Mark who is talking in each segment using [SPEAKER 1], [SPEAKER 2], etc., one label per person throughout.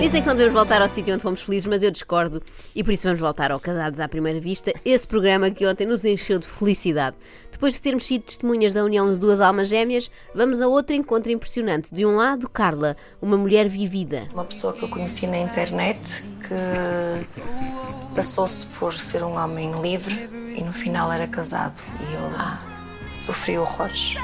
[SPEAKER 1] Dizem que não devemos voltar ao sítio onde fomos felizes, mas eu discordo e por isso vamos voltar ao Casados à Primeira Vista, esse programa que ontem nos encheu de felicidade. Depois de termos sido testemunhas da união de duas almas gêmeas, vamos a outro encontro impressionante. De um lado, Carla, uma mulher vivida.
[SPEAKER 2] Uma pessoa que eu conheci na internet que passou-se por ser um homem livre e no final era casado e eu sofri horrores.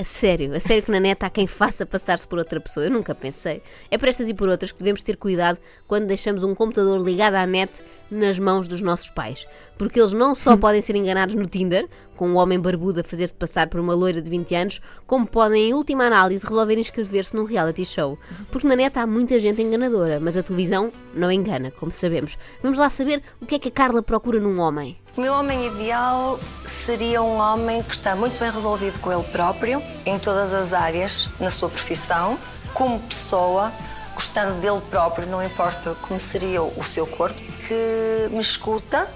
[SPEAKER 1] A sério, a sério que na neta há quem faça passar-se por outra pessoa. Eu nunca pensei. É por estas e por outras que devemos ter cuidado quando deixamos um computador ligado à net nas mãos dos nossos pais. Porque eles não só podem ser enganados no Tinder, com um homem barbudo a fazer-se passar por uma loira de 20 anos, como podem, em última análise, resolver inscrever-se num reality show. Porque na net há muita gente enganadora, mas a televisão não engana, como sabemos. Vamos lá saber o que é que a Carla procura num homem.
[SPEAKER 2] O meu homem ideal seria um homem que está muito bem resolvido com ele próprio, em todas as áreas, na sua profissão, como pessoa, gostando dele próprio, não importa como seria o seu corpo, que me escuta,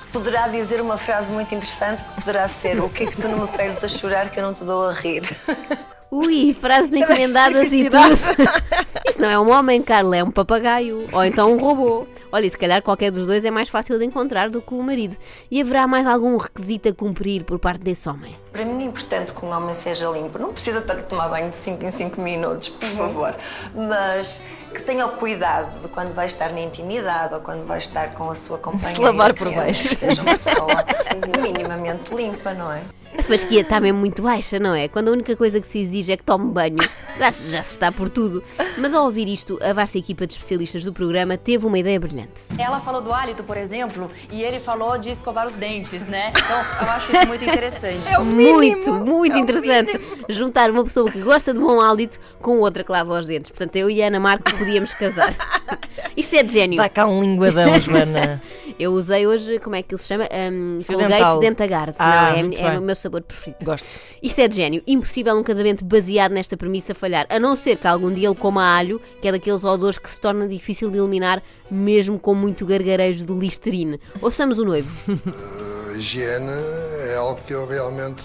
[SPEAKER 2] que poderá dizer uma frase muito interessante que poderá ser: O que é que tu não me pedes a chorar que eu não te dou a rir?
[SPEAKER 1] Ui, frases
[SPEAKER 2] Isso é uma
[SPEAKER 1] encomendadas e tudo.
[SPEAKER 2] especificidade.
[SPEAKER 1] Isso não é um homem, Carla, é um papagaio. Ou então um robô. Olha, se calhar qualquer dos dois é mais fácil de encontrar do que o marido. E haverá mais algum requisito a cumprir por parte desse homem?
[SPEAKER 2] Para mim é importante que um homem seja limpo. Não precisa estar a tomar banho de 5 em 5 minutos, por
[SPEAKER 3] Uhum.
[SPEAKER 2] favor. Mas que tenha o cuidado de quando vai estar na intimidade ou quando vai estar com a sua companheira.
[SPEAKER 4] Se lavar por
[SPEAKER 2] que realmente
[SPEAKER 4] baixo.
[SPEAKER 2] Seja uma pessoa
[SPEAKER 3] Uhum.
[SPEAKER 2] minimamente limpa, não é?
[SPEAKER 1] A fasquia está mesmo muito baixa, não é? Quando a única coisa que se exige é que tome banho, já, se- já se está por tudo. Mas ao ouvir isto, a vasta equipa de especialistas do programa teve uma ideia brilhante.
[SPEAKER 4] Ela falou do hálito, por exemplo, e ele falou de escovar os dentes, né? Então, eu acho isso muito interessante.
[SPEAKER 1] muito, muito interessante juntar uma pessoa que gosta de bom hálito com outra que lava os dentes. Portanto, eu e a Ana Marco podíamos casar. Isto é de gênio.
[SPEAKER 4] Dá cá um linguadão, Joana.
[SPEAKER 1] Eu usei hoje, como é que ele se chama? Um,
[SPEAKER 4] Fio
[SPEAKER 1] Colgate
[SPEAKER 4] dental.
[SPEAKER 1] Dentagard.
[SPEAKER 4] Ah,
[SPEAKER 1] Não,
[SPEAKER 4] muito
[SPEAKER 1] é, é
[SPEAKER 4] bem.
[SPEAKER 1] o meu sabor preferido.
[SPEAKER 4] Gosto.
[SPEAKER 1] Isto é de gênio. Impossível um casamento baseado nesta premissa falhar, a não ser que algum dia ele coma alho, que é daqueles odores que se torna difícil de eliminar, mesmo com muito gargarejo de listerine. Ouçamos o noivo.
[SPEAKER 5] A higiene é algo que eu realmente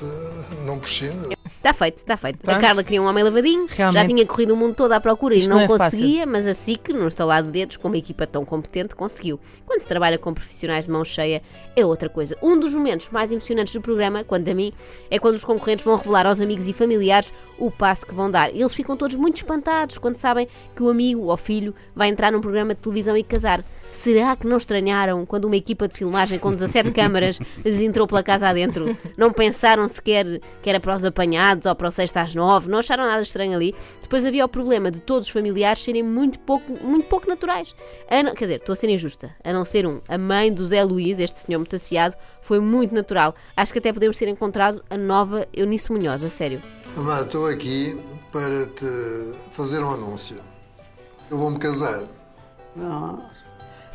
[SPEAKER 5] não prescindo.
[SPEAKER 1] Está Tá feito, está feito. A
[SPEAKER 4] Pronto.
[SPEAKER 1] Carla queria um homem lavadinho, já
[SPEAKER 4] Realmente.
[SPEAKER 1] tinha corrido o mundo todo à procura e
[SPEAKER 4] Isto
[SPEAKER 1] não,
[SPEAKER 4] não é
[SPEAKER 1] conseguia, mas assim que, num estalar de dedos, com uma equipa tão competente, conseguiu. Quando se trabalha com profissionais de mão cheia, é outra coisa. Um dos momentos mais emocionantes do programa, quanto a mim, é quando os concorrentes vão revelar aos amigos e familiares o passo que vão dar. Eles ficam todos muito espantados quando sabem que o amigo ou filho vai entrar num programa de televisão e casar. Será que não estranharam quando uma equipa de filmagem com 17 câmaras lhes entrou pela casa adentro? Não pensaram sequer que era para os apanhados ou para o sexta às nove, não acharam nada estranho ali. Depois havia o problema de todos os familiares serem muito pouco, muito pouco naturais. A não- quer dizer, estou a ser injusta, a não ser um. A mãe do Zé Luís, este senhor muito aciado, foi muito natural. Acho que até podemos ter encontrado a nova Eunice Munhoz, a sério.
[SPEAKER 5] Amado, estou aqui para te fazer um anúncio. Eu vou-me casar.
[SPEAKER 6] Nossa,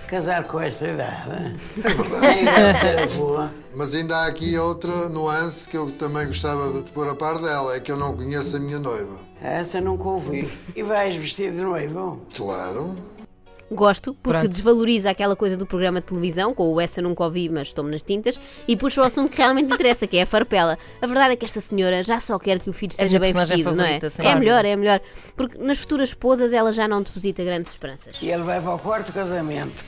[SPEAKER 6] Ah, casar com esta idade.
[SPEAKER 5] É verdade.
[SPEAKER 6] Era boa.
[SPEAKER 5] Mas ainda há aqui outra nuance que eu também gostava de pôr a par dela, é que eu não conheço a minha noiva.
[SPEAKER 6] Essa nunca ouvi. E vais vestido de noivo?
[SPEAKER 5] Claro.
[SPEAKER 1] Gosto, porque
[SPEAKER 4] Pronto.
[SPEAKER 1] desvaloriza aquela coisa do programa de televisão, com o Essa Nunca Ouvi, mas estou nas tintas, e puxa o assunto que realmente interessa, que é a farpela. A verdade é que esta senhora já só quer que o filho
[SPEAKER 4] É a
[SPEAKER 1] esteja
[SPEAKER 4] minha
[SPEAKER 1] bem
[SPEAKER 4] personagem
[SPEAKER 1] vestido, não é?
[SPEAKER 4] favorita, sem
[SPEAKER 1] É
[SPEAKER 4] dúvida.
[SPEAKER 1] melhor, é melhor. Porque nas futuras esposas ela já não deposita grandes esperanças.
[SPEAKER 6] E ele vai para o quarto casamento.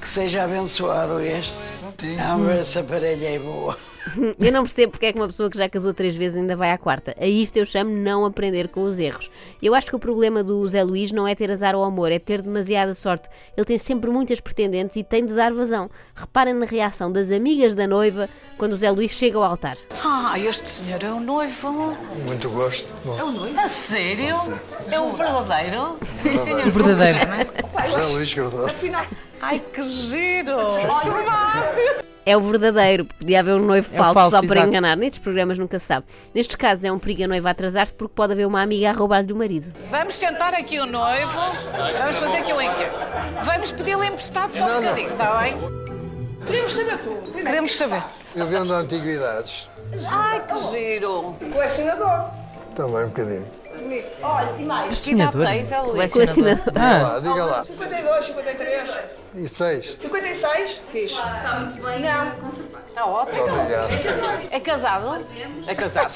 [SPEAKER 6] Que seja abençoado este.
[SPEAKER 5] Não tinha.
[SPEAKER 6] Não, mas essa parelha é boa.
[SPEAKER 1] Eu não percebo porque é que uma pessoa que já casou três vezes ainda vai à quarta. A isto eu chamo não aprender com os erros. Eu acho que o problema do Zé Luís não é ter azar ao amor, é ter demasiada sorte. Ele tem sempre muitas pretendentes e tem de dar vazão. Reparem na reação das amigas da noiva quando o Zé Luís chega ao altar.
[SPEAKER 7] Ah, este senhor é um noivo.
[SPEAKER 5] Muito gosto. Bom,
[SPEAKER 7] A sério? É um verdadeiro? Sim, senhor.
[SPEAKER 4] O verdadeiro.
[SPEAKER 5] José Luís Cardoso.
[SPEAKER 7] Ai, que giro! Olha,
[SPEAKER 1] É o verdadeiro, porque podia haver um noivo
[SPEAKER 4] É o
[SPEAKER 1] falso,
[SPEAKER 4] falso,
[SPEAKER 1] só para
[SPEAKER 4] exato.
[SPEAKER 1] enganar. Nestes programas nunca se sabe. Nestes casos é um perigo a noiva atrasar-se porque pode haver uma amiga a roubar-lhe o marido.
[SPEAKER 7] Vamos sentar aqui o noivo. Vamos fazer aqui o enquete. Vamos pedi-lhe emprestado só
[SPEAKER 5] Não,
[SPEAKER 7] um
[SPEAKER 5] não.
[SPEAKER 7] bocadinho, está bem? Queremos saber tudo. Queremos saber.
[SPEAKER 5] Eu vendo antiguidades.
[SPEAKER 7] Ai, que giro!
[SPEAKER 5] É Também um bocadinho.
[SPEAKER 7] Que idade tens, é Luís?
[SPEAKER 1] Colecionador.
[SPEAKER 5] Diga lá, diga
[SPEAKER 7] Ah.
[SPEAKER 5] lá.
[SPEAKER 8] 52, 53,
[SPEAKER 5] E seis?
[SPEAKER 8] 56, fiz.
[SPEAKER 7] Está ótimo.
[SPEAKER 5] Obrigado.
[SPEAKER 7] É casado? É casado.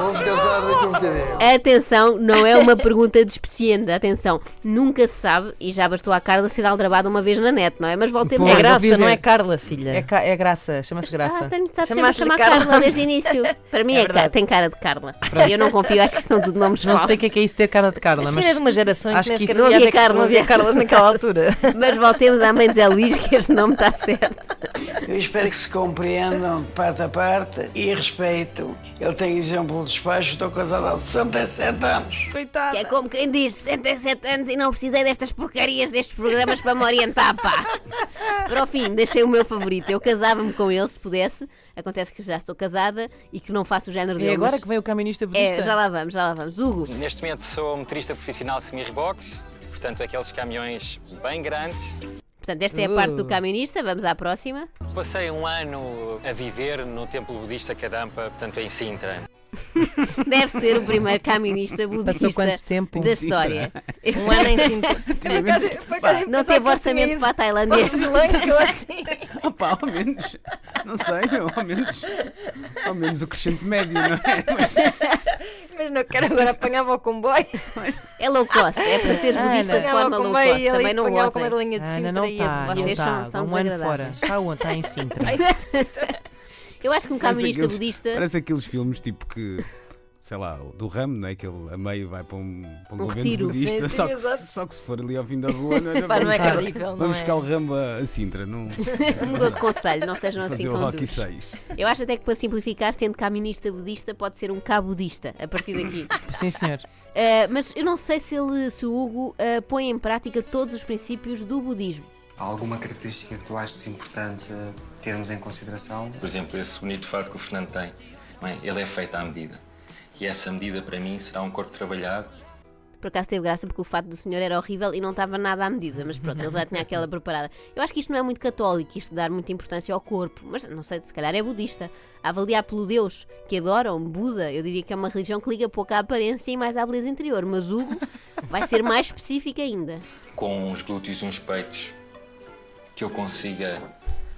[SPEAKER 5] Vamos casar daqui a um bocadinho.
[SPEAKER 1] Atenção, não é uma pergunta despecienda, atenção. Nunca se sabe, e já bastou à Carla ser aldrabada uma vez na net, não é? Mas voltemos
[SPEAKER 9] É
[SPEAKER 1] lá.
[SPEAKER 9] graça,
[SPEAKER 3] dizer.
[SPEAKER 9] não é Carla, filha.
[SPEAKER 3] É, ca- é graça, chama-se graça.
[SPEAKER 1] Ah, tenho de sempre a
[SPEAKER 9] Chamaste-lhe
[SPEAKER 1] chamar Carla.
[SPEAKER 9] Carla.
[SPEAKER 1] desde o início. Para mim é, Ca-
[SPEAKER 9] verdade.
[SPEAKER 1] tem cara de Carla. Eu não confio, acho que são tudo nomes
[SPEAKER 3] Não
[SPEAKER 1] falsos.
[SPEAKER 3] sei o que é, que é isso ter cara de Carla,
[SPEAKER 9] A
[SPEAKER 3] mas.
[SPEAKER 9] senhora é de uma geração em que
[SPEAKER 3] acho
[SPEAKER 9] nem
[SPEAKER 3] que
[SPEAKER 9] sequer
[SPEAKER 3] isso-
[SPEAKER 1] Não havia
[SPEAKER 9] havia Jack-
[SPEAKER 1] Carla.
[SPEAKER 9] não havia Carlas naquela altura.
[SPEAKER 1] Mas voltemos à mãe de Zé Luís, que este nome está certo.
[SPEAKER 6] Eu espero que se compreendam de parte a parte e respeitem. Eu tenho exemplo dos pais, estou casado há 67 anos.
[SPEAKER 1] Que é como quem diz 67 anos e não precisei destas porcarias destes programas para me orientar, pá. Para o fim, deixei o meu favorito. Eu casava-me com ele se pudesse. Acontece que já estou casada e que não faço o género
[SPEAKER 3] E
[SPEAKER 1] deles.
[SPEAKER 3] agora que vem o caminista budista?
[SPEAKER 1] É, já lá vamos, já lá vamos. Hugo,
[SPEAKER 10] Neste momento sou motorista profissional semi-reboques, portanto aqueles caminhões bem grandes.
[SPEAKER 1] portanto, esta é a
[SPEAKER 3] Uh.
[SPEAKER 1] parte do camionista, vamos à próxima.
[SPEAKER 10] Passei um ano a viver no templo budista Kadampa, portanto em Sintra.
[SPEAKER 1] Deve ser o primeiro camionista budista
[SPEAKER 3] quanto tempo?
[SPEAKER 1] da história.
[SPEAKER 9] Um ano em cinco.
[SPEAKER 1] Não teve orçamento para a Tailândia.
[SPEAKER 3] assim, Opa,
[SPEAKER 7] Ao menos, não sei, ao menos, ao menos o crescente médio, não é?
[SPEAKER 9] Mas não quero agora apanhava o comboio.
[SPEAKER 1] É low cost, é para seres budista de
[SPEAKER 9] Apanhava
[SPEAKER 1] forma
[SPEAKER 9] o
[SPEAKER 1] low
[SPEAKER 9] comboio
[SPEAKER 1] cost.
[SPEAKER 9] e ali
[SPEAKER 1] Também não
[SPEAKER 9] apanhava o comboio da
[SPEAKER 1] gozem.
[SPEAKER 9] linha de
[SPEAKER 3] Ana,
[SPEAKER 9] Sintra
[SPEAKER 3] não
[SPEAKER 9] e a-
[SPEAKER 3] está.
[SPEAKER 1] vocês
[SPEAKER 9] tá,
[SPEAKER 1] são- são
[SPEAKER 3] um ano fora.
[SPEAKER 1] desagradáveis.
[SPEAKER 3] Está onde? Está em Sintra.
[SPEAKER 1] Eu acho que um camionista budista.
[SPEAKER 7] Parece aqueles filmes tipo que, sei lá, o do ramo, não é? Que ele a meio vai para um, para um,
[SPEAKER 1] Um
[SPEAKER 7] convento
[SPEAKER 1] retiro.
[SPEAKER 7] budista,
[SPEAKER 9] Sim, sim,
[SPEAKER 7] só, que,
[SPEAKER 9] exato.
[SPEAKER 7] se- só que se for ali ao fim da rua, não é?
[SPEAKER 9] Pá, não é
[SPEAKER 7] Vamos-
[SPEAKER 9] credível, não
[SPEAKER 7] Vamos
[SPEAKER 9] é?
[SPEAKER 7] buscar o ramo a, a Sintra, não
[SPEAKER 1] Mudou de conselho, não sejam assim
[SPEAKER 7] fazer um o
[SPEAKER 1] tão
[SPEAKER 7] Rocky
[SPEAKER 1] duros.
[SPEAKER 7] 6.
[SPEAKER 1] Eu acho até que para simplificar, sendo caminista budista, pode ser um cabudista a partir daqui.
[SPEAKER 3] Sim, senhor.
[SPEAKER 1] Uh, mas eu não sei se, ele, se o Hugo uh, põe em prática todos os princípios do budismo.
[SPEAKER 11] Há alguma característica que tu achas importante termos em consideração?
[SPEAKER 10] Por exemplo, esse bonito fardo que o Fernando tem, não é? ele é feito à medida. E essa medida para mim será um corpo trabalhado.
[SPEAKER 1] Por acaso teve graça porque o fato do senhor era horrível e não estava nada à medida, mas pronto, ele já tinha aquela preparada. Eu acho que isto não é muito católico, isto de dar muita importância ao corpo, mas não sei, se calhar é budista. A avaliar pelo Deus que adoram, Buda, eu diria que é uma religião que liga pouco à aparência e mais à beleza interior, mas Hugo vai ser mais específico ainda.
[SPEAKER 10] com uns glúteos e uns peitos que eu consiga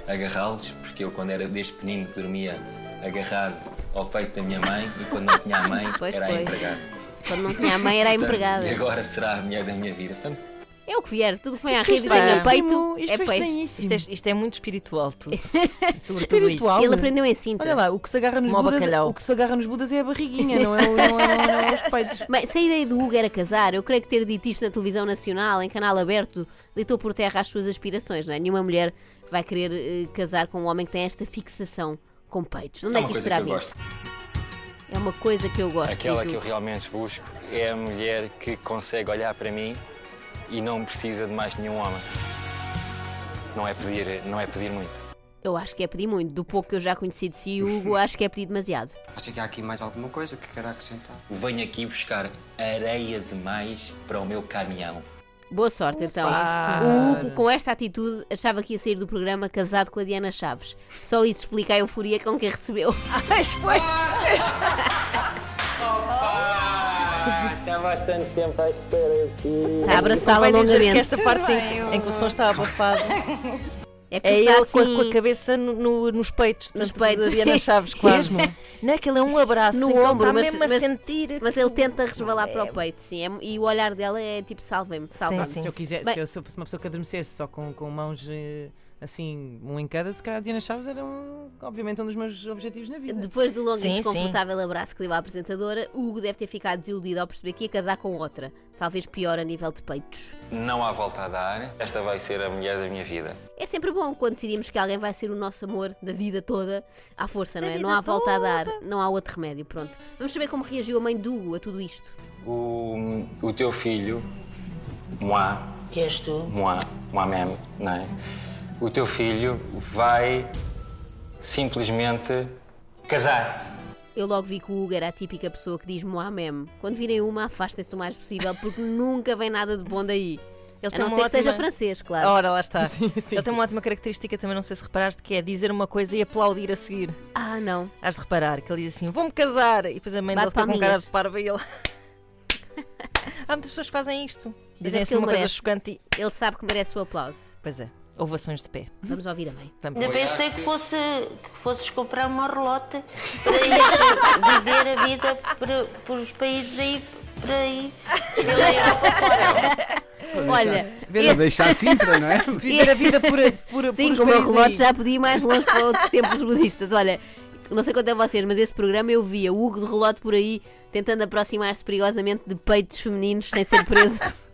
[SPEAKER 10] agarrá-los, porque eu quando era desde pequenino dormia agarrado ao peito da minha mãe e quando não tinha a mãe
[SPEAKER 1] Pois,
[SPEAKER 10] era
[SPEAKER 1] pois.
[SPEAKER 10] a empregada.
[SPEAKER 1] Quando não tinha a mãe, era a
[SPEAKER 10] Portanto, é.
[SPEAKER 1] empregada.
[SPEAKER 10] E agora será a mulher da minha vida. Portanto,
[SPEAKER 1] É o que vier, tudo o que vem à
[SPEAKER 9] Isto
[SPEAKER 1] rede e vem a peito
[SPEAKER 9] isto
[SPEAKER 1] é
[SPEAKER 9] foi
[SPEAKER 1] peixe.
[SPEAKER 9] estranhíssimo. Isto é, isto é muito espiritual tudo. Sobretudo
[SPEAKER 3] Espiritual.
[SPEAKER 1] Ele aprendeu em Sintra.
[SPEAKER 3] Olha lá, o que se agarra nos
[SPEAKER 9] Como ao
[SPEAKER 3] budas, é
[SPEAKER 9] bacalhau.
[SPEAKER 3] o que se agarra nos budas é a barriguinha, não é, o- não é- não é os peitos.
[SPEAKER 1] Bem, se a ideia do Hugo era casar, eu creio que ter dito isto na televisão nacional, em canal aberto, deitou por terra as suas aspirações, não é? Nenhuma mulher vai querer eh, casar com um homem que tem esta fixação com peitos. De Onde é,
[SPEAKER 10] é uma
[SPEAKER 1] que isto será
[SPEAKER 10] coisa que eu
[SPEAKER 1] vindo?
[SPEAKER 10] gosto.
[SPEAKER 1] É uma coisa que eu gosto.
[SPEAKER 10] Aquela
[SPEAKER 1] diz
[SPEAKER 10] que eu
[SPEAKER 1] o Hugo.
[SPEAKER 10] realmente busco é a mulher que consegue olhar para mim e não precisa de mais nenhum homem. Não é pedir, não é pedir muito.
[SPEAKER 1] eu acho que é pedir muito. Do pouco que eu já conheci de si, o Hugo, acho que é pedir demasiado.
[SPEAKER 11] Acha que há aqui mais alguma coisa que queira acrescentar?
[SPEAKER 10] Venho aqui buscar areia demais para o meu caminhão.
[SPEAKER 1] Boa sorte, então. O Hugo, com esta atitude, achava que ia sair do programa casado com a Diana Chaves. Só isso explica a euforia com que a recebeu.
[SPEAKER 9] Mas foi.
[SPEAKER 10] Estava há tanto tempo à espera aqui.
[SPEAKER 1] Está a Tá, abraçá-la
[SPEAKER 9] Convém dizer que
[SPEAKER 1] longamente.
[SPEAKER 9] esta parte em, em que o som está abafado
[SPEAKER 1] É que
[SPEAKER 9] é
[SPEAKER 1] está
[SPEAKER 9] ele
[SPEAKER 1] assim,
[SPEAKER 9] com, a, com a cabeça no- no- nos peitos.
[SPEAKER 1] Nos
[SPEAKER 9] tanto
[SPEAKER 1] peitos.
[SPEAKER 9] Da Diana Chaves, quase.
[SPEAKER 1] Mesmo?
[SPEAKER 9] Não é que ele é um abraço.
[SPEAKER 1] No
[SPEAKER 9] então
[SPEAKER 1] ombro,
[SPEAKER 9] está
[SPEAKER 1] mas-
[SPEAKER 9] mesmo a
[SPEAKER 1] mas-
[SPEAKER 3] É
[SPEAKER 9] sentir.
[SPEAKER 1] Mas ele tenta resvalar para o peito, sim. é- e o olhar dela é tipo, salvem-me, salvem-me.
[SPEAKER 9] Sim.
[SPEAKER 3] Se eu quisesse,
[SPEAKER 1] Bem-
[SPEAKER 3] se eu se eu fosse uma pessoa que adormecesse só com, com mãos eh, assim, um em cada, se calhar a Diana Chaves era, um- obviamente, um dos meus objetivos na vida.
[SPEAKER 1] Depois do longo
[SPEAKER 9] Sim,
[SPEAKER 1] e
[SPEAKER 9] sim.
[SPEAKER 1] desconfortável abraço que deu à apresentadora, Hugo deve ter ficado desiludido ao perceber que ia casar com outra. Talvez pior a nível de peitos.
[SPEAKER 10] Não há volta a dar. Esta vai ser a mulher da minha vida.
[SPEAKER 1] É sempre bom quando decidimos que alguém vai ser o nosso amor da vida toda, à força, não é? Não
[SPEAKER 9] vida
[SPEAKER 1] há volta a dar, não há outro remédio, pronto. Vamos saber como reagiu a mãe do Hugo a tudo isto.
[SPEAKER 10] O, o teu filho, Moá,
[SPEAKER 4] Que és tu?
[SPEAKER 10] Moá, Moá mesmo, não é? O teu filho vai simplesmente casar.
[SPEAKER 1] Eu logo vi que o Hugo era a típica pessoa que diz moá meme. Quando virem uma, afastem-se o mais possível, porque nunca vem nada de bom daí.
[SPEAKER 9] Ele
[SPEAKER 1] a
[SPEAKER 9] tem
[SPEAKER 1] não
[SPEAKER 9] uma
[SPEAKER 1] ser que seja
[SPEAKER 9] ótima-
[SPEAKER 1] francês, claro.
[SPEAKER 9] Ora, lá está.
[SPEAKER 3] Sim, sim,
[SPEAKER 9] ele tem uma ótima característica também, não sei se reparaste, que é dizer uma coisa e aplaudir a seguir.
[SPEAKER 1] Ah, não.
[SPEAKER 9] Hás de reparar que ele diz assim: vou-me casar. E depois a mãe
[SPEAKER 1] Bate
[SPEAKER 9] dele está com cara
[SPEAKER 1] palminhas.
[SPEAKER 9] de parva e ele. Há muitas pessoas que fazem isto. Dizem
[SPEAKER 1] é porque
[SPEAKER 9] assim
[SPEAKER 1] ele é.
[SPEAKER 9] uma coisa
[SPEAKER 1] merece.
[SPEAKER 9] chocante e.
[SPEAKER 1] Ele sabe que merece o aplauso.
[SPEAKER 9] Pois é. Ovações de pé.
[SPEAKER 1] Vamos ouvir a mãe.
[SPEAKER 2] Ainda pensei que, fosse, que fosses comprar uma relote para ires viver a vida para, para os países aí, para aí, pela Europa fora.
[SPEAKER 1] Olha,
[SPEAKER 7] Não deixar Sintra, não é?
[SPEAKER 1] Viver
[SPEAKER 12] a vida por, por,
[SPEAKER 1] Sim,
[SPEAKER 12] por
[SPEAKER 1] com o meu
[SPEAKER 12] países
[SPEAKER 1] relógio
[SPEAKER 12] aí.
[SPEAKER 1] já podia ir mais longe para outros templos budistas. Olha, não sei quanto é vocês, mas esse programa eu via o Hugo de relógio por aí tentando aproximar-se perigosamente de peitos femininos sem ser preso.